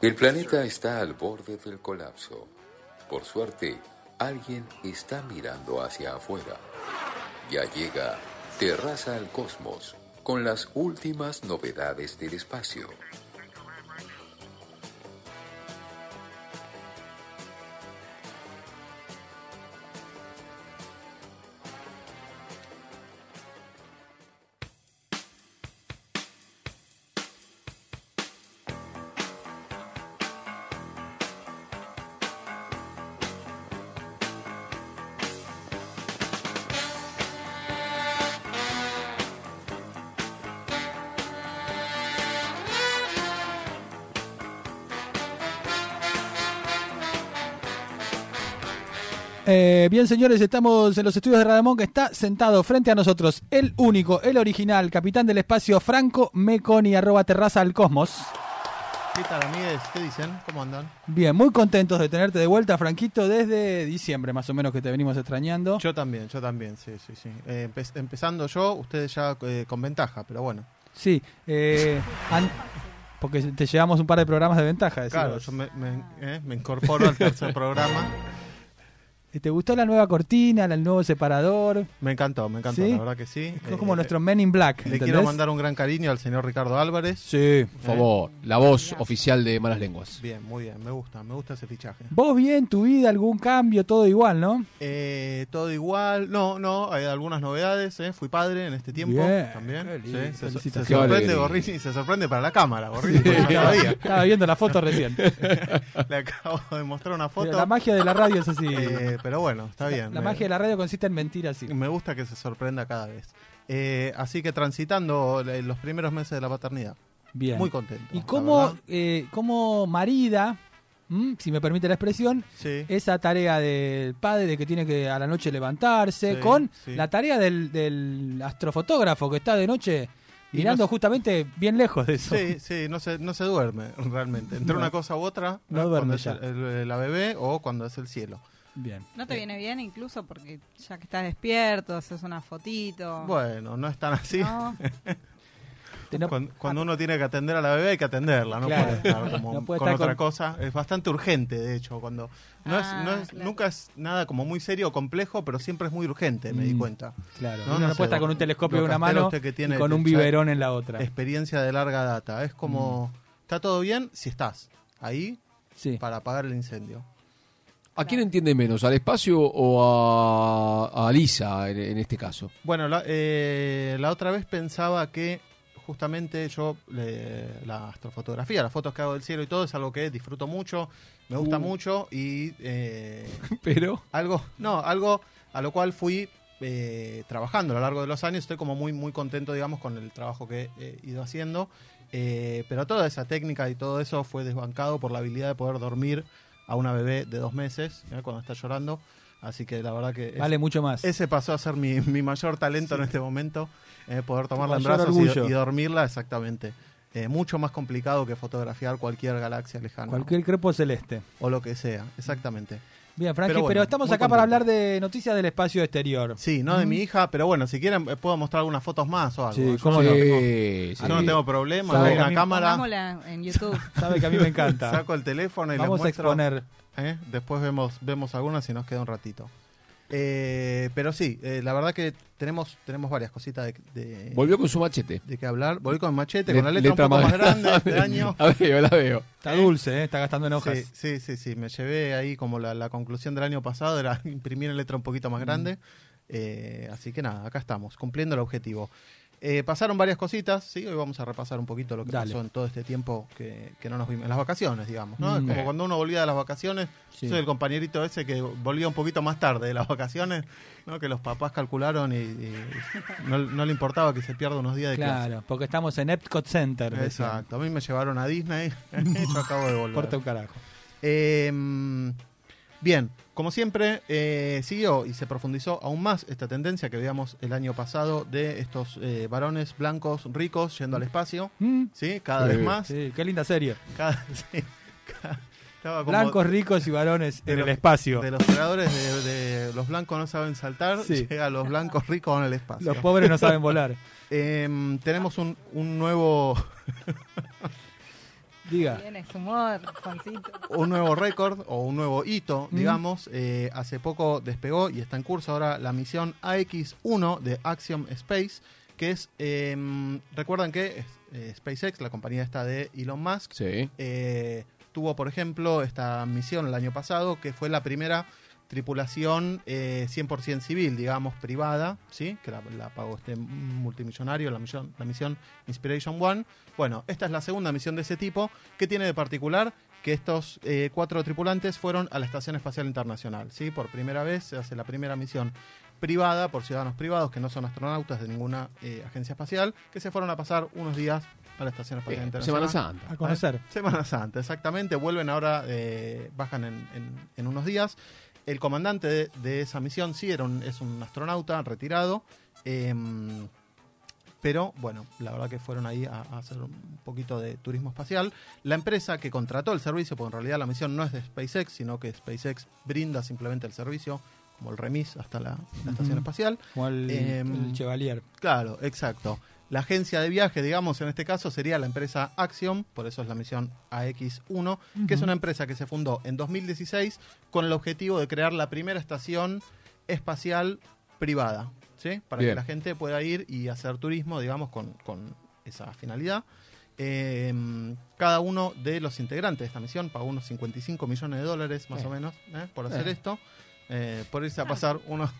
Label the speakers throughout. Speaker 1: El planeta está al borde del colapso. Por suerte, alguien está mirando hacia afuera. Ya llega Terraza al Cosmos con las últimas novedades del espacio.
Speaker 2: Eh, bien, señores, estamos en los estudios de Radamón, que está sentado frente a nosotros, el único, el original, capitán del espacio, Franco Meconi, arroba terraza al cosmos.
Speaker 3: ¿Qué tal, amigues? ¿Qué dicen? ¿Cómo andan?
Speaker 2: Bien, muy contentos de tenerte de vuelta, Franquito, desde diciembre, más o menos, que te venimos extrañando.
Speaker 3: Yo también, yo también, sí, sí, sí. Eh, empe- empezando yo, ustedes ya eh, con ventaja, pero bueno.
Speaker 2: Sí, eh, an- porque te llevamos un par de programas de ventaja. decís
Speaker 3: Claro,
Speaker 2: vos.
Speaker 3: yo me, me- eh, me incorporo al tercer programa.
Speaker 2: ¿Y ¿Te gustó la nueva cortina, la- el nuevo separador?
Speaker 3: Me encantó, me encantó,
Speaker 2: ¿Sí?
Speaker 3: la verdad que sí.
Speaker 2: Es
Speaker 3: Eh,
Speaker 2: como
Speaker 3: eh,
Speaker 2: nuestro Men in Black.
Speaker 3: Le
Speaker 2: ¿entendés?
Speaker 3: quiero mandar un gran cariño al señor Ricardo Álvarez. Eh,
Speaker 2: Sí.
Speaker 4: Por favor, la voz oficial de Malas Lenguas.
Speaker 3: Bien, muy bien, me gusta, me gusta ese fichaje.
Speaker 2: Vos bien, tu vida, algún cambio, todo igual, ¿no?
Speaker 3: Eh, todo igual, no, no, hay algunas novedades, eh. fui padre en este tiempo
Speaker 2: Bien, qué
Speaker 3: también.
Speaker 2: lindo,
Speaker 3: sí. Se, se
Speaker 2: felicitaciones.
Speaker 3: sorprende
Speaker 4: Qué alegría.
Speaker 3: Gorrini, se sorprende para la cámara, Gorrini, porque no la veía.
Speaker 2: Estaba viendo la foto recién.
Speaker 3: Le acabo de mostrar una foto.
Speaker 2: La magia de la radio es así.
Speaker 3: Eh, pero bueno, está bien.
Speaker 2: La
Speaker 3: me,
Speaker 2: magia de la radio consiste en mentir así.
Speaker 3: me gusta que se sorprenda cada vez. Eh, así que transitando le- los primeros meses de la paternidad.
Speaker 2: Bien.
Speaker 3: Mm, Muy contento.
Speaker 2: y
Speaker 3: la
Speaker 2: cómo,
Speaker 3: verdad.
Speaker 2: eh, cómo marida, ¿m? si me permite la expresión,
Speaker 3: Sí.
Speaker 2: esa tarea del padre que tiene que a la noche levantarse,
Speaker 3: Sí,
Speaker 2: con
Speaker 3: sí.
Speaker 2: la tarea del, del astrofotógrafo que está de noche
Speaker 3: Y
Speaker 2: mirando
Speaker 3: no-
Speaker 2: justamente bien lejos de eso.
Speaker 3: Sí, sí, no se, no se duerme realmente. Entre
Speaker 2: No.
Speaker 3: una cosa u otra,
Speaker 2: No
Speaker 3: ¿eh?
Speaker 2: duerme
Speaker 3: cuando es
Speaker 2: ya.
Speaker 3: el- el- la bebé o cuando es el cielo.
Speaker 2: Bien.
Speaker 5: No te viene bien incluso porque ya que estás despierto, haces una fotito.
Speaker 3: Bueno, no es tan así.
Speaker 5: Ah. ¿no?
Speaker 2: Tener-
Speaker 3: Cuando, cuando uno tiene que atender a la bebé hay que atenderla, no
Speaker 2: Claro.
Speaker 3: puede estar como
Speaker 2: No puede
Speaker 3: con
Speaker 2: estar
Speaker 3: otra
Speaker 2: con-
Speaker 3: cosa. Es bastante urgente, de hecho, cuando no
Speaker 5: Ah,
Speaker 3: es, no es-
Speaker 5: claro.
Speaker 3: nunca es nada como muy serio o complejo, pero siempre es muy urgente, me di
Speaker 2: Mm.
Speaker 3: cuenta.
Speaker 2: Claro,
Speaker 3: No,
Speaker 2: uno
Speaker 3: no
Speaker 2: no
Speaker 3: sé,
Speaker 2: puede estar con un
Speaker 3: lo-
Speaker 2: telescopio
Speaker 3: lo
Speaker 2: en una
Speaker 3: castelo
Speaker 2: mano
Speaker 3: usted que tiene
Speaker 2: y con
Speaker 3: de
Speaker 2: un
Speaker 3: ya-
Speaker 2: biberón en la otra.
Speaker 3: Experiencia de larga data, es como está todo bien si estás ahí
Speaker 2: Sí.
Speaker 3: para apagar el incendio.
Speaker 4: ¿A quién entiende menos? ¿Al espacio o a, a Lisa en, en este caso?
Speaker 3: Bueno, la, eh, la otra vez pensaba que justamente yo le- la astrofotografía, las fotos que hago del cielo y todo es algo que disfruto mucho, me gusta
Speaker 4: Uh.
Speaker 3: mucho y eh,
Speaker 4: Pero.
Speaker 3: algo, no, algo a lo cual fui eh, trabajando a lo largo de los años. Estoy como muy, muy contento, digamos, con el trabajo que he ido haciendo. Eh, pero toda esa técnica y todo eso fue desbancado por la habilidad de poder dormir a una bebé de dos meses ¿eh? cuando está llorando. Así que la verdad que es-
Speaker 2: Vale mucho más.
Speaker 3: ese pasó a ser mi, mi mayor talento en este momento, eh, poder tomarla en
Speaker 2: mayor
Speaker 3: brazos y,
Speaker 2: orgullo.
Speaker 3: y dormirla exactamente. Eh, mucho más complicado que fotografiar cualquier galaxia lejana
Speaker 2: Cualquier crepo celeste.
Speaker 3: o lo que sea, exactamente.
Speaker 2: Bien, Frankie, pero,
Speaker 3: Pero bueno,
Speaker 2: estamos
Speaker 3: muy
Speaker 2: acá para
Speaker 3: contento.
Speaker 2: hablar de noticias del espacio exterior.
Speaker 3: Sí, no de mi hija, pero bueno, si quieren eh, puedo mostrar algunas fotos más o algo.
Speaker 2: Sí,
Speaker 3: Yo
Speaker 2: cómo
Speaker 3: no
Speaker 2: no.
Speaker 3: tengo-
Speaker 4: Sí, sí.
Speaker 3: yo no tengo problema,
Speaker 2: Sabe que
Speaker 3: tengo
Speaker 2: a
Speaker 3: una
Speaker 2: mí-
Speaker 3: cámara,
Speaker 5: Pongámosla en YouTube.
Speaker 2: Sabe que a mí me encanta.
Speaker 3: saco el teléfono y les
Speaker 2: Vamos a
Speaker 3: muestro.
Speaker 2: exponer.
Speaker 3: ¿eh? Después vemos, vemos algunas y nos queda un ratito. Eh, pero sí, eh, la verdad que tenemos, tenemos varias cositas de, de-
Speaker 4: Volvió con su machete.
Speaker 3: de qué hablar. Volví con machete,
Speaker 4: Le-
Speaker 3: con la letra, un poco más grande este año.
Speaker 4: La veo, la veo.
Speaker 2: Está dulce, ¿eh? está gastando en hojas.
Speaker 3: Sí, sí, sí, sí, me llevé ahí como la, la conclusión del año pasado, era imprimir en letra un poquito
Speaker 2: Mm.
Speaker 3: más grande. Eh, así que nada, acá estamos, cumpliendo el objetivo. Eh, pasaron varias cositas, sí, hoy vamos a repasar un poquito lo que
Speaker 2: Dale.
Speaker 3: pasó en todo este tiempo que, que no nos vimos, en las vacaciones, digamos, ¿no?
Speaker 2: Mm.
Speaker 3: Es Como cuando uno volvía de las vacaciones,
Speaker 2: Sí.
Speaker 3: soy el compañerito ese que volvía un poquito más tarde de las vacaciones, ¿no? Que los papás calcularon y, y no, no le importaba que se pierda unos días de clase.
Speaker 2: Claro, porque estamos en Epcot Center. decían.
Speaker 3: Exacto, a mí me llevaron a Disney, yo acabo de volver.
Speaker 2: Corta un carajo.
Speaker 3: Eh, bien, como siempre, eh, siguió y se profundizó aún más esta tendencia que veíamos el año pasado de estos eh, varones blancos ricos yendo al espacio.
Speaker 2: Mm,
Speaker 3: ¿Sí? Cada
Speaker 4: Sí.
Speaker 3: vez más.
Speaker 2: Sí, qué linda serie.
Speaker 3: Cada, sí, cada- estaba como-
Speaker 2: Blancos, ricos y varones
Speaker 3: de
Speaker 2: en el
Speaker 3: los-
Speaker 2: espacio.
Speaker 3: De los creadores de, de los blancos no saben saltar,
Speaker 2: Sí.
Speaker 3: llega a los blancos ricos en el espacio.
Speaker 2: Los pobres no saben volar.
Speaker 3: Em, tenemos un, un nuevo.
Speaker 2: Diga.
Speaker 5: Tienes humor, Juancito.
Speaker 3: un nuevo récord o un nuevo hito, digamos. Eh, hace poco despegó y está en curso ahora la misión AX1 de Axiom Space, que es, em, recuerdan que eh, SpaceX, la compañía esta de Elon Musk,
Speaker 4: Sí.
Speaker 3: eh, tuvo, por ejemplo, esta misión el año pasado, que fue la primera tripulación eh, 100% civil, digamos, privada, ¿sí? Que la, la pagó este multimillonario, la misión, la misión Inspiration One. Bueno, esta es la segunda misión de ese tipo. ¿Qué tiene de particular? Que estos eh, cuatro tripulantes fueron a la Estación Espacial Internacional, ¿sí? Por primera vez se hace la primera misión privada por ciudadanos privados que no son astronautas de ninguna eh, agencia espacial, que se fueron a pasar unos días a la Estación Espacial
Speaker 4: Bien,
Speaker 3: Internacional.
Speaker 4: Eh, Semana Santa.
Speaker 2: A conocer.
Speaker 3: Semana Santa, ¿Eh? exactamente. Vuelven ahora, eh, bajan en, en- en unos días. El comandante de, de esa misión sí era un- es un astronauta retirado. em, pero bueno, la verdad que fueron ahí a, a hacer un poquito de turismo espacial. La empresa que contrató el servicio, porque en realidad la misión no es de SpaceX, sino que SpaceX brinda simplemente el servicio como el remis hasta la, la
Speaker 2: Ujú.
Speaker 3: estación espacial.
Speaker 2: Como el,
Speaker 3: Em,
Speaker 2: el Chevalier.
Speaker 3: Claro, exacto. La agencia de viaje, digamos, en este caso sería la empresa Axiom, por eso es la misión AX1, que es una empresa que se fundó en 2016 con el objetivo de crear la primera estación espacial privada, ¿sí? Para
Speaker 4: Bien.
Speaker 3: que la gente pueda ir y hacer turismo, digamos, con, con esa finalidad. Eh, cada uno de los integrantes de esta misión pagó unos 55 millones de dólares, más
Speaker 4: Eh.
Speaker 3: o menos, ¿eh? por hacer
Speaker 4: Eh.
Speaker 3: esto, eh, por irse a pasar unos,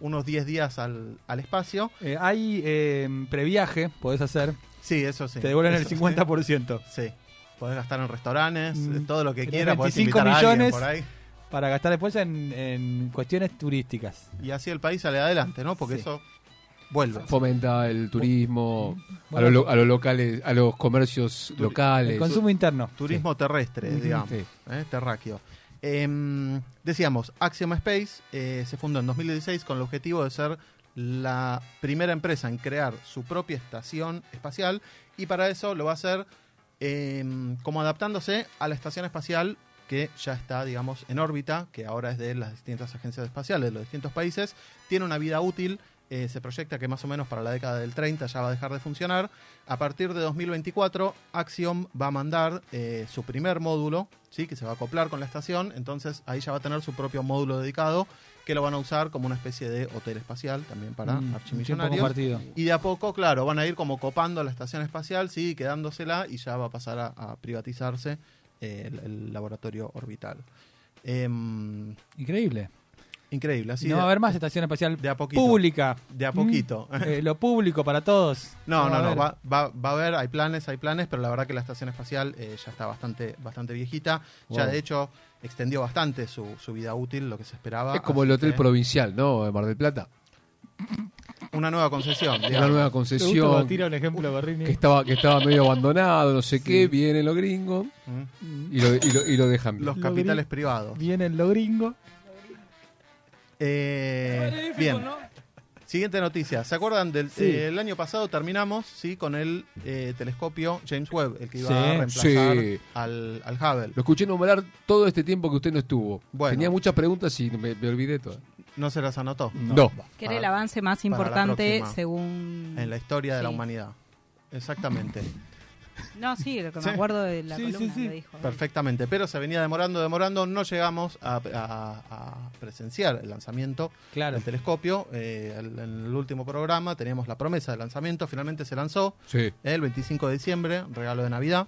Speaker 3: unos 10 días al, al espacio.
Speaker 2: Eh, hay eh, previaje, podés hacer.
Speaker 3: Sí, eso sí.
Speaker 2: Te devuelven
Speaker 3: Eso
Speaker 2: el
Speaker 3: sí.
Speaker 2: 50%
Speaker 3: Sí. Podés gastar en restaurantes,
Speaker 2: Mm.
Speaker 3: todo lo que
Speaker 2: Tenés
Speaker 3: quieras. Podés
Speaker 2: 25
Speaker 3: invitar a alguien
Speaker 2: millones.
Speaker 3: por ahí.
Speaker 2: para gastar después en, en cuestiones turísticas.
Speaker 3: Y así el país sale adelante, ¿no? Porque
Speaker 2: Sí.
Speaker 3: eso vuelve.
Speaker 4: Fomenta el turismo, a
Speaker 2: Bueno,
Speaker 4: los, lo- a los locales, a los comercios
Speaker 2: El
Speaker 4: locales.
Speaker 2: consumo interno.
Speaker 3: Turismo terrestre, digamos.
Speaker 4: Sí.
Speaker 3: ¿eh? terráqueo. Em, decíamos, Axiom Space eh, se fundó en 2016 con el objetivo de ser la primera empresa en crear su propia estación espacial y para eso lo va a hacer em, como adaptándose a la estación espacial que ya está, digamos, en órbita, que ahora es de las distintas agencias espaciales de los distintos países, tiene una vida útil, eh, se proyecta que más o menos para la década del 30 ya va a dejar de funcionar. A partir de 2024, Axiom va a mandar eh, su primer módulo, ¿sí? que se va a acoplar con la estación, entonces ahí ya va a tener su propio módulo dedicado, que lo van a usar como una especie de hotel espacial también para
Speaker 2: Mm, tiempo
Speaker 3: archimillonarios.
Speaker 2: compartido.
Speaker 3: Y de a poco, claro, van a ir como copando la estación espacial, sí, quedándosela y ya va a pasar a, a privatizarse eh, el, el laboratorio orbital. Em,
Speaker 2: Increíble.
Speaker 3: increíble, así
Speaker 2: no va
Speaker 3: de,
Speaker 2: a haber más estación espacial
Speaker 3: de a poquito.
Speaker 2: pública.
Speaker 3: de a poquito.
Speaker 2: Mm, eh, lo público para todos.
Speaker 3: No,
Speaker 2: va a
Speaker 3: no, no,
Speaker 2: haber.
Speaker 3: va, va- va a haber, hay planes, hay planes, pero la verdad que la estación espacial eh, ya está bastante, bastante viejita. Ya
Speaker 4: Wow.
Speaker 3: de hecho extendió bastante su, su vida útil, lo que se esperaba.
Speaker 4: Es como
Speaker 3: así
Speaker 4: el hotel
Speaker 3: que
Speaker 4: provincial, ¿no? De Mar del Plata.
Speaker 3: Una nueva concesión.
Speaker 4: Una
Speaker 3: digamos.
Speaker 4: nueva concesión que
Speaker 2: tira un ejemplo, Gorrini.
Speaker 4: estaba, que estaba medio abandonado, no sé qué. Vienen los gringos
Speaker 3: Mm.
Speaker 4: y lo, y lo, y lo dejan.
Speaker 3: Los
Speaker 2: Lo
Speaker 3: capitales
Speaker 2: gri-
Speaker 3: privados.
Speaker 2: Vienen los gringos.
Speaker 3: Eh, bien. Siguiente noticia. ¿Se acuerdan del
Speaker 2: Sí.
Speaker 3: eh, el año pasado terminamos sí con el eh, telescopio James Webb, el que iba
Speaker 2: Sí.
Speaker 3: a reemplazar
Speaker 4: Sí.
Speaker 3: al, al Hubble?
Speaker 4: Lo escuché nombrar todo este tiempo que usted no estuvo.
Speaker 3: Bueno.
Speaker 4: Tenía muchas preguntas y me, me olvidé todas.
Speaker 3: No se las anotó.
Speaker 4: No.
Speaker 5: Que era el
Speaker 3: Para-
Speaker 5: avance más
Speaker 3: para la
Speaker 5: importante
Speaker 3: próxima.
Speaker 5: según...
Speaker 3: En la historia de la
Speaker 5: Sí.
Speaker 3: humanidad. Exactamente.
Speaker 5: No, sí, lo que
Speaker 3: Sí.
Speaker 5: me acuerdo de la
Speaker 2: Sí, sí,
Speaker 5: columna
Speaker 2: sí.
Speaker 5: que dijo.
Speaker 3: Perfectamente, pero se venía demorando, demorando, no llegamos a, a- a presenciar el lanzamiento
Speaker 2: Claro.
Speaker 3: del telescopio. Eh, el- en el último programa teníamos la promesa del lanzamiento, finalmente se lanzó
Speaker 4: Sí.
Speaker 3: eh, el 25 de diciembre, regalo de Navidad.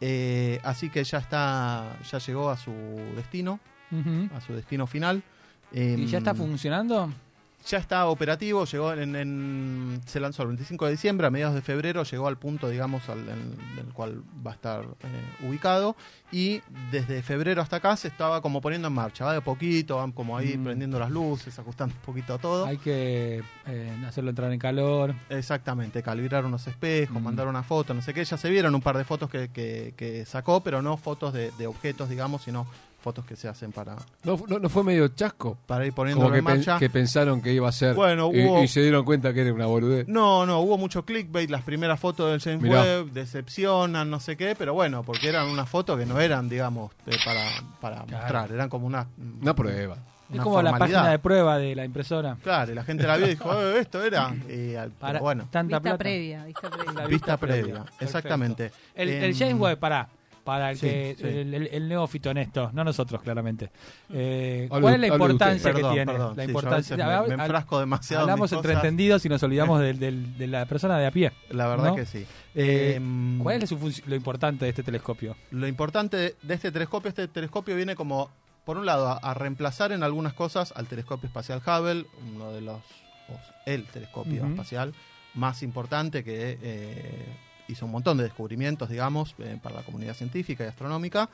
Speaker 3: Eh, así que ya está, ya llegó a su destino,
Speaker 2: Ujú.
Speaker 3: a su destino final.
Speaker 2: ¿Y ya está
Speaker 3: Em,
Speaker 2: funcionando?
Speaker 3: ya está operativo, llegó en, en- se lanzó el 25 de diciembre, a mediados de febrero llegó al punto, digamos, al, en- del cual va a estar eh, ubicado. Y desde febrero hasta acá se estaba como poniendo en marcha, va de poquito, van como ahí
Speaker 2: Mm.
Speaker 3: prendiendo las luces, ajustando un poquito todo.
Speaker 2: Hay que eh, hacerlo entrar en calor.
Speaker 3: Exactamente, calibrar unos espejos,
Speaker 2: Mm.
Speaker 3: mandar una foto, no sé qué. Ya se vieron un par de fotos que, que- que sacó, pero no fotos de, de objetos, digamos, sino fotos que se hacen para,
Speaker 4: No, fu- no- no fue medio chasco.
Speaker 3: para ir
Speaker 4: Como
Speaker 3: poniéndolo
Speaker 4: que,
Speaker 3: en
Speaker 4: pen-
Speaker 3: marcha.
Speaker 4: que pensaron que iba a ser.
Speaker 3: Bueno,
Speaker 4: y,
Speaker 3: hubo-
Speaker 4: y se dieron cuenta que era una boludez.
Speaker 3: No, no, hubo mucho clickbait, las primeras fotos del James
Speaker 4: Mirá.
Speaker 3: Webb decepcionan, no sé qué, pero bueno, porque eran unas fotos que no eran, digamos, eh, para, para mostrar, eran como una,
Speaker 4: Una prueba.
Speaker 2: es como la página de prueba de la impresora.
Speaker 3: Claro, y la gente la vio y dijo, "Eh, esto era, y, al-
Speaker 2: Para
Speaker 3: pero bueno,
Speaker 2: tanta
Speaker 5: Vista
Speaker 2: plata.
Speaker 5: previa, vista previa.
Speaker 2: La
Speaker 3: vista previa,
Speaker 2: previa, perfecto.
Speaker 3: exactamente.
Speaker 2: El, el
Speaker 3: Em,
Speaker 2: James Webb, pará. para el,
Speaker 3: Sí,
Speaker 2: que,
Speaker 3: sí.
Speaker 2: El, el- el neófito en esto, no nosotros, claramente. Eh,
Speaker 4: Hable-
Speaker 2: ¿Cuál es la
Speaker 4: hable usted.
Speaker 2: importancia
Speaker 3: Perdón,
Speaker 2: que tiene?
Speaker 3: perdón.
Speaker 2: la
Speaker 3: sí, yo a
Speaker 2: importancia,
Speaker 3: veces me- me,
Speaker 2: al-
Speaker 3: enfrasco demasiado. en mis
Speaker 2: hablamos entre
Speaker 3: cosas.
Speaker 2: entendidos y nos olvidamos del- del- de la persona de a pie.
Speaker 3: La verdad
Speaker 2: ¿no?
Speaker 3: que sí.
Speaker 2: Eh,
Speaker 3: Em,
Speaker 2: ¿Cuál es su func- lo importante de este telescopio?
Speaker 3: Lo importante de- de este telescopio, este telescopio viene como, por un lado, a, a reemplazar en algunas cosas al telescopio espacial Hubble, uno de los, o el telescopio
Speaker 2: Ujú.
Speaker 3: espacial más importante que eh, hizo un montón de descubrimientos, digamos, eh, para la comunidad científica y astronómica.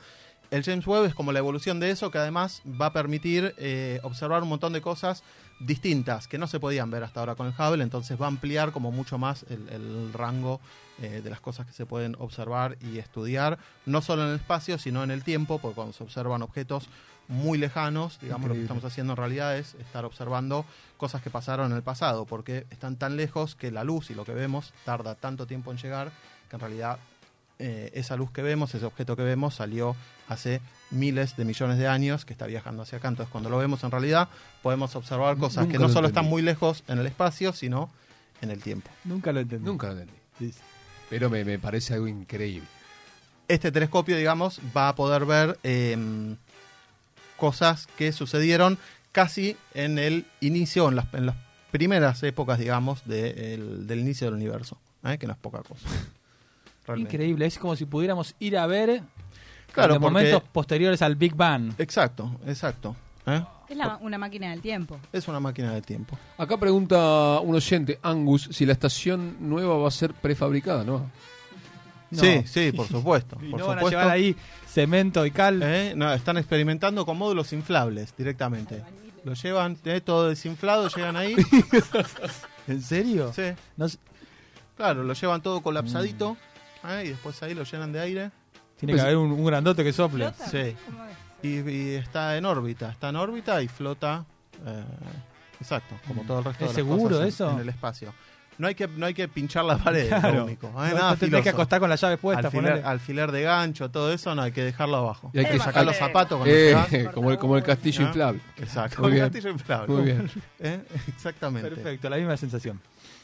Speaker 3: El James Webb es como la evolución de eso, que además va a permitir eh, observar un montón de cosas distintas que no se podían ver hasta ahora con el Hubble, entonces va a ampliar como mucho más el, el rango eh, de las cosas que se pueden observar y estudiar, no solo en el espacio, sino en el tiempo, porque cuando se observan objetos muy lejanos, digamos, lo que
Speaker 4: Increíble.
Speaker 3: estamos haciendo en realidad es estar observando cosas que pasaron en el pasado, porque están tan lejos que la luz y lo que vemos tarda tanto tiempo en llegar que en realidad eh, esa luz que vemos, ese objeto que vemos, salió hace miles de millones de años que está viajando hacia acá. Entonces, cuando lo vemos en realidad, podemos observar cosas
Speaker 4: Nunca
Speaker 3: que no
Speaker 4: lo
Speaker 3: solo
Speaker 4: entendí.
Speaker 3: están muy lejos en el espacio, sino en el tiempo.
Speaker 2: Nunca lo entendí.
Speaker 4: Nunca lo entendí. Pero me, me parece algo increíble.
Speaker 3: Este telescopio, digamos, va a poder ver eh, cosas que sucedieron casi en el inicio, en las, en las primeras épocas, digamos, de el- del inicio del universo, ¿eh? que no es poca cosa. Realmente.
Speaker 2: Increíble, es como si pudiéramos ir a ver
Speaker 3: Claro,
Speaker 2: los
Speaker 3: porque- Eh,
Speaker 2: momentos posteriores al Big Bang.
Speaker 3: Exacto, exacto. ¿eh?
Speaker 5: Es la- una máquina del tiempo.
Speaker 3: Es una máquina del tiempo.
Speaker 4: Acá pregunta un oyente, Angus, si la estación nueva va a ser prefabricada, ¿no?
Speaker 2: No.
Speaker 3: Sí, sí, por supuesto.
Speaker 2: Y
Speaker 3: por
Speaker 2: no van a
Speaker 3: supuesto.
Speaker 2: llevar ahí cemento y cal.
Speaker 3: Eh, no, están experimentando con módulos inflables directamente. Lo llevan eh, todo desinflado, llegan ahí.
Speaker 2: ¿En serio?
Speaker 3: sí,
Speaker 2: No s-
Speaker 3: claro, lo llevan todo colapsadito. eh, y después ahí lo llenan de aire.
Speaker 2: tiene
Speaker 4: Pues-
Speaker 2: que haber un, un grandote que sople.
Speaker 5: ¿Flota?
Speaker 3: Sí.
Speaker 5: ¿Cómo es?
Speaker 3: Y, y está en órbita. Está en órbita y flota. eh, exacto, como todo el resto
Speaker 2: ¿Es
Speaker 3: de las
Speaker 2: seguro
Speaker 3: cosas en-
Speaker 2: eso?
Speaker 3: En, el espacio. No hay que, no hay que pinchar la pared,
Speaker 2: Claro.
Speaker 3: lo único. Eh,
Speaker 2: No-
Speaker 3: nada
Speaker 2: no tendrás que
Speaker 3: filoso.
Speaker 2: acostar con la llave puesta.
Speaker 3: alfiler,
Speaker 2: ponele.
Speaker 3: alfiler de gancho, todo eso, no hay que dejarlo abajo.
Speaker 4: Y hay
Speaker 3: hay
Speaker 4: que
Speaker 3: que sacar
Speaker 4: sacarlo-
Speaker 3: los zapatos cuando
Speaker 4: Eh,
Speaker 3: se van.
Speaker 4: como, el, como el castillo
Speaker 3: ¿no?
Speaker 4: inflable.
Speaker 3: ¿Eh? Exacto.
Speaker 4: Muy
Speaker 3: Un
Speaker 4: bien.
Speaker 3: castillo inflable.
Speaker 4: Muy bien.
Speaker 3: ¿Eh? Exactamente.
Speaker 2: Perfecto, la misma sensación.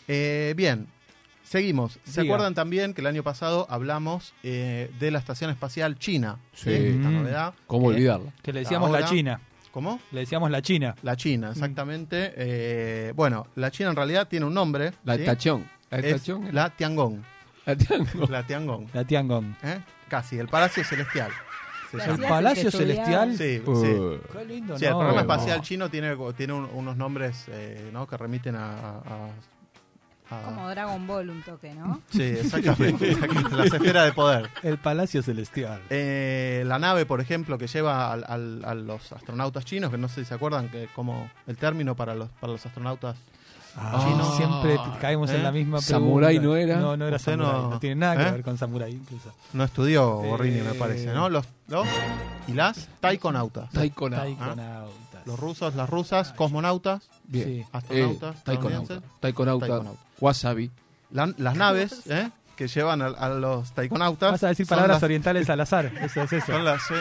Speaker 3: Eh, bien, seguimos. ¿Se
Speaker 2: Siga.
Speaker 3: acuerdan también que el año pasado hablamos eh, de la Estación Espacial China?
Speaker 4: Sí.
Speaker 3: Esta
Speaker 2: Mm.
Speaker 3: novedad.
Speaker 4: ¿Cómo
Speaker 3: Eh,
Speaker 4: olvidarla?
Speaker 2: Que le decíamos
Speaker 3: Ahora-
Speaker 2: la China.
Speaker 3: ¿Cómo?
Speaker 2: Le decíamos la China.
Speaker 3: La China,
Speaker 4: Mm.
Speaker 3: exactamente. Eh, bueno, la China en realidad tiene un nombre.
Speaker 4: La
Speaker 3: ¿sí?
Speaker 4: tachón. La
Speaker 3: Es
Speaker 4: tachón. eh. Oh.
Speaker 3: la Tiangong.
Speaker 4: la tango.
Speaker 3: La Tiangong.
Speaker 2: La Tiangong.
Speaker 3: ¿eh? Casi, el Palacio Celestial. Se
Speaker 5: Gracias.
Speaker 2: El
Speaker 3: llama.
Speaker 2: Palacio
Speaker 5: Estudiar.
Speaker 2: Celestial.
Speaker 3: Sí, sí.
Speaker 4: Uh,
Speaker 2: Qué lindo,
Speaker 3: Sí, el
Speaker 2: ¿no?
Speaker 3: programa
Speaker 4: bueno.
Speaker 3: espacial chino tiene, tiene un- unos nombres eh, ¿no? que remiten a. a- a- a-
Speaker 5: Como Dragon Ball un toque, ¿no?
Speaker 3: Sí, exactamente. exactamente, Las esferas de poder.
Speaker 2: El Palacio Celestial.
Speaker 3: Eh, la nave, por ejemplo, que lleva al- al- a los astronautas chinos, que no sé si se acuerdan que como el término para los, para los astronautas.
Speaker 2: Ah,
Speaker 4: Chino.
Speaker 2: Siempre te- caemos en
Speaker 3: ¿Eh?
Speaker 2: la misma pregunta.
Speaker 4: Samurái no era.
Speaker 2: No, no era
Speaker 3: Usted no-
Speaker 2: samurái. No, tiene nada que
Speaker 3: ¿Eh?
Speaker 2: ver con samurái incluso.
Speaker 3: No estudió Borrini,
Speaker 2: Eh.
Speaker 3: me parece, ¿no? Los, los- y las taikonautas.
Speaker 4: Taikona.
Speaker 2: Taikonautas.
Speaker 3: ¿eh? Los rusos, las rusas, cosmonautas,
Speaker 4: Bien.
Speaker 2: Sí.
Speaker 3: astronautas,
Speaker 4: Eh, taikonauta.
Speaker 3: estadounidenses.
Speaker 4: Taikonauta.
Speaker 3: Taikonauta.
Speaker 4: Wasabi.
Speaker 3: La- las naves ¿eh? que llevan a, a los taikonautas.
Speaker 2: Vas a decir
Speaker 3: son
Speaker 2: palabras
Speaker 3: las-
Speaker 2: orientales al azar. Eso es eso.
Speaker 3: Son las eh,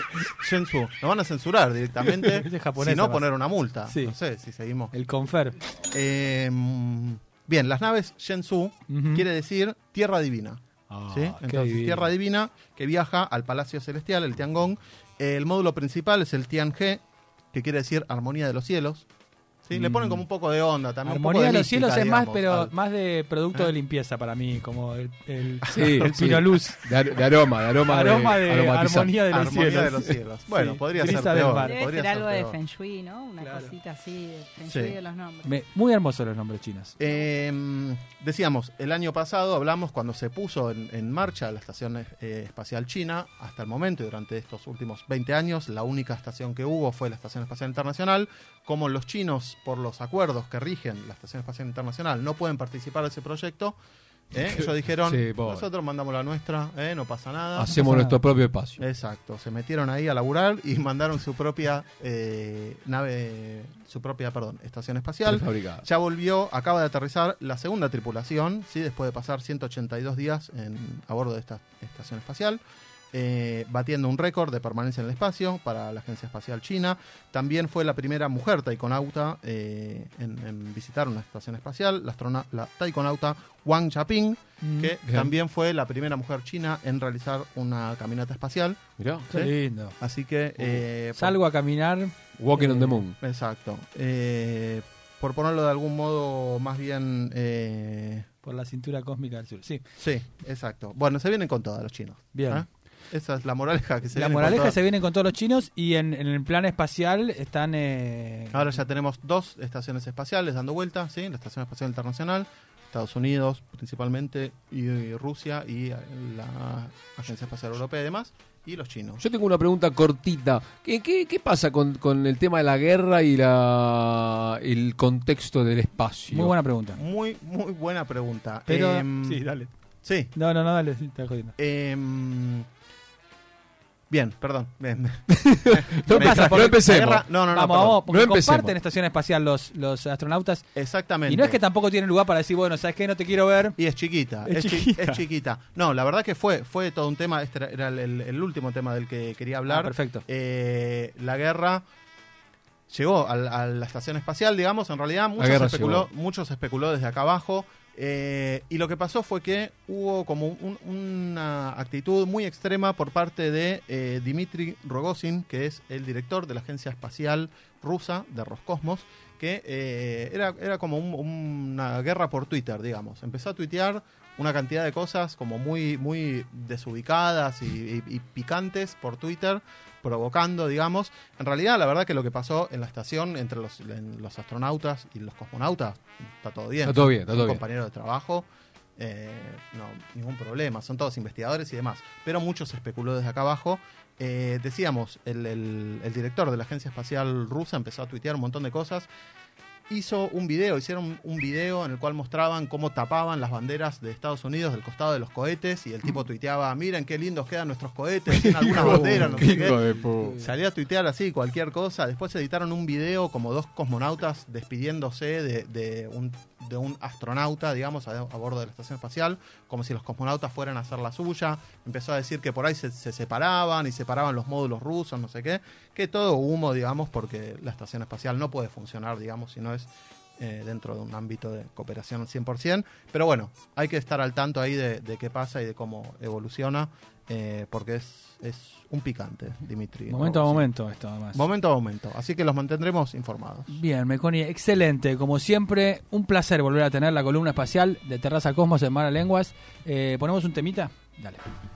Speaker 3: Shenzhou. Nos van a censurar directamente.
Speaker 2: Es japonesa,
Speaker 3: si no,
Speaker 2: pasa.
Speaker 3: poner una multa.
Speaker 2: Sí.
Speaker 3: No sé si seguimos.
Speaker 2: El confer.
Speaker 3: Eh, mm, bien, las naves Shenzhou
Speaker 2: Ujú.
Speaker 3: quiere decir tierra divina.
Speaker 2: Ah,
Speaker 3: ¿sí?
Speaker 2: qué
Speaker 3: Entonces,
Speaker 2: divino.
Speaker 3: tierra divina que viaja al palacio celestial, el Tiangong. El módulo principal es el Tianhe, que quiere decir armonía de los cielos. ¿sí? Le
Speaker 2: Mm.
Speaker 3: ponen como un poco de onda también. un poco
Speaker 2: Armonía de los
Speaker 3: mística,
Speaker 2: cielos es más,
Speaker 3: digamos,
Speaker 2: pero
Speaker 3: al-
Speaker 2: más de producto
Speaker 3: ¿Eh?
Speaker 2: de limpieza para mí, como el, el,
Speaker 4: Sí,
Speaker 2: el
Speaker 4: sí.
Speaker 2: pinoluz.
Speaker 4: De, ar- de aroma, de aroma,
Speaker 2: Aroma de
Speaker 4: aromatizante.
Speaker 2: armonía de los
Speaker 3: armonía
Speaker 2: cielos.
Speaker 3: de los cielos. Bueno,
Speaker 2: Sí,
Speaker 3: podría
Speaker 2: brisa
Speaker 3: ser
Speaker 2: del
Speaker 3: peor.
Speaker 2: mar.
Speaker 5: Debe
Speaker 3: podría
Speaker 5: ser algo de
Speaker 3: peor.
Speaker 5: Feng Shui, ¿no? Una
Speaker 2: Claro.
Speaker 5: cosita así de Feng
Speaker 3: Sí.
Speaker 5: Shui de los nombres.
Speaker 2: Me- muy hermosos los nombres chinos.
Speaker 3: Eh, decíamos, el año pasado hablamos cuando se puso en, en marcha la Estación eh, Espacial China, hasta el momento y durante estos últimos 20 años, la única estación que hubo fue la Estación Espacial Internacional, como los chinos, por los acuerdos que rigen la Estación Espacial Internacional, no pueden participar de ese proyecto, ¿eh? ellos dijeron,
Speaker 4: Sí, pobre.
Speaker 3: nosotros mandamos la nuestra, ¿eh? no pasa nada.
Speaker 4: Hacemos nuestro propio espacio.
Speaker 3: Exacto, se metieron ahí a laburar y mandaron su propia eh, nave, su propia, perdón, estación espacial.
Speaker 4: Prefabricado.
Speaker 3: Ya volvió, acaba de aterrizar la segunda tripulación, ¿sí? después de pasar 182 días en- a bordo de esta estación espacial. eh, batiendo un récord de permanencia en el espacio para la Agencia Espacial China. También fue la primera mujer taikonauta eh, en, en visitar una estación espacial, la, astrona- la taikonauta Wang Chaping, que
Speaker 4: bien.
Speaker 3: también fue la primera mujer china en realizar una caminata espacial.
Speaker 4: Mirá.
Speaker 2: Qué
Speaker 3: ¿sí?
Speaker 2: lindo.
Speaker 3: Así que... eh, por-
Speaker 2: Salgo a caminar.
Speaker 4: Walking on the
Speaker 3: eh,
Speaker 4: Moon.
Speaker 3: Exacto. Eh, por ponerlo de algún modo más bien... eh,
Speaker 2: Por la cintura cósmica del sur. Sí.
Speaker 3: sí, exacto. Bueno, se vienen con todas los chinos.
Speaker 2: Bien.
Speaker 3: ¿eh? Esa es la moraleja que se
Speaker 2: la
Speaker 3: vienen con
Speaker 2: moraleja
Speaker 3: todas.
Speaker 2: se vienen con todos los chinos y en, en el plan espacial están. eh,
Speaker 3: Ahora ya tenemos dos estaciones espaciales dando vuelta, ¿sí? La Estación Espacial Internacional, Estados Unidos principalmente, y, y Rusia, y eh, la Agencia Espacial Europea y demás, y los chinos.
Speaker 4: Yo tengo una pregunta cortita. ¿Qué, qué, qué pasa con, con el tema de la guerra y la, el contexto del espacio?
Speaker 2: muy buena pregunta.
Speaker 3: Muy, muy buena pregunta.
Speaker 2: Pero.
Speaker 3: Em,
Speaker 2: sí, dale.
Speaker 3: sí.
Speaker 2: No, no, no, dale. sí, te jodiendo.
Speaker 3: Em, bien, perdón. bien.
Speaker 4: No,
Speaker 3: Me
Speaker 2: pasa,
Speaker 4: pasa,
Speaker 3: distraje.
Speaker 2: porque
Speaker 4: no empecemos.
Speaker 3: La guerra- No, no, no.
Speaker 2: vamos,
Speaker 3: perdón.
Speaker 2: vamos, porque
Speaker 4: No empecemos.
Speaker 2: comparten estación espacial los, los astronautas.
Speaker 3: Exactamente.
Speaker 2: Y no es que tampoco tienen lugar para decir, bueno, ¿sabes qué? No te quiero ver.
Speaker 3: Y es chiquita,
Speaker 2: Es
Speaker 3: es, chi-
Speaker 2: chiquita.
Speaker 3: es chiquita. No, la verdad que fue, fue todo un tema, este era- era el, el- el último tema del que quería
Speaker 2: Ah,
Speaker 3: hablar.
Speaker 2: perfecto.
Speaker 3: Eh, la guerra llegó al- a, la estación espacial, digamos, en realidad muchos
Speaker 4: guerra
Speaker 3: especuló, muchos especuló desde acá abajo. eh, y lo que pasó fue que hubo como un- una actitud muy extrema por parte de eh, Dmitry Rogozin, que es el director de la agencia espacial rusa de Roscosmos, que eh, era, era como un- una guerra por Twitter, digamos. Empezó a tuitear una cantidad de cosas como muy, muy desubicadas y, y- y picantes por Twitter, provocando, digamos. En realidad, la verdad que lo que pasó en la estación entre los, en los astronautas y los cosmonautas, está todo bien.
Speaker 4: Está todo bien, está todo
Speaker 3: Son
Speaker 4: bien.
Speaker 3: compañeros de trabajo. eh, no, ningún problema, son todos investigadores y demás. Pero mucho se especuló desde acá abajo. Eh, decíamos, el, el- el director de la agencia espacial rusa empezó a tuitear un montón de cosas. Hizo un video, hicieron un video en el cual mostraban cómo tapaban las banderas de Estados Unidos del costado de los cohetes y el
Speaker 4: Mm.
Speaker 3: tipo tuiteaba, miren qué lindos quedan nuestros cohetes, tienen algunas banderas, no sé qué". Salía a tuitear así cualquier cosa. Después editaron un video como dos cosmonautas despidiéndose de, de un, de un astronauta, digamos, a, a bordo de la estación espacial, como si los cosmonautas fueran a hacer la suya. Empezó a decir que por ahí se, se separaban y separaban los módulos rusos, no sé qué. Que todo humo, digamos, porque la estación espacial no puede funcionar, digamos, si no es eh, dentro de un ámbito de cooperación al 100%. Pero bueno, hay que estar al tanto ahí de, de qué pasa y de cómo evoluciona, eh, porque es, es un picante, Dimitri.
Speaker 2: Momento a
Speaker 3: Rogozin.
Speaker 2: momento, esto además.
Speaker 3: Momento a momento. Así que los mantendremos informados.
Speaker 2: Bien, Meconi, excelente. Como siempre, un placer volver a tener la columna espacial de Terraza Cosmos en Mara Lenguas. Eh, ¿Ponemos un temita? Dale.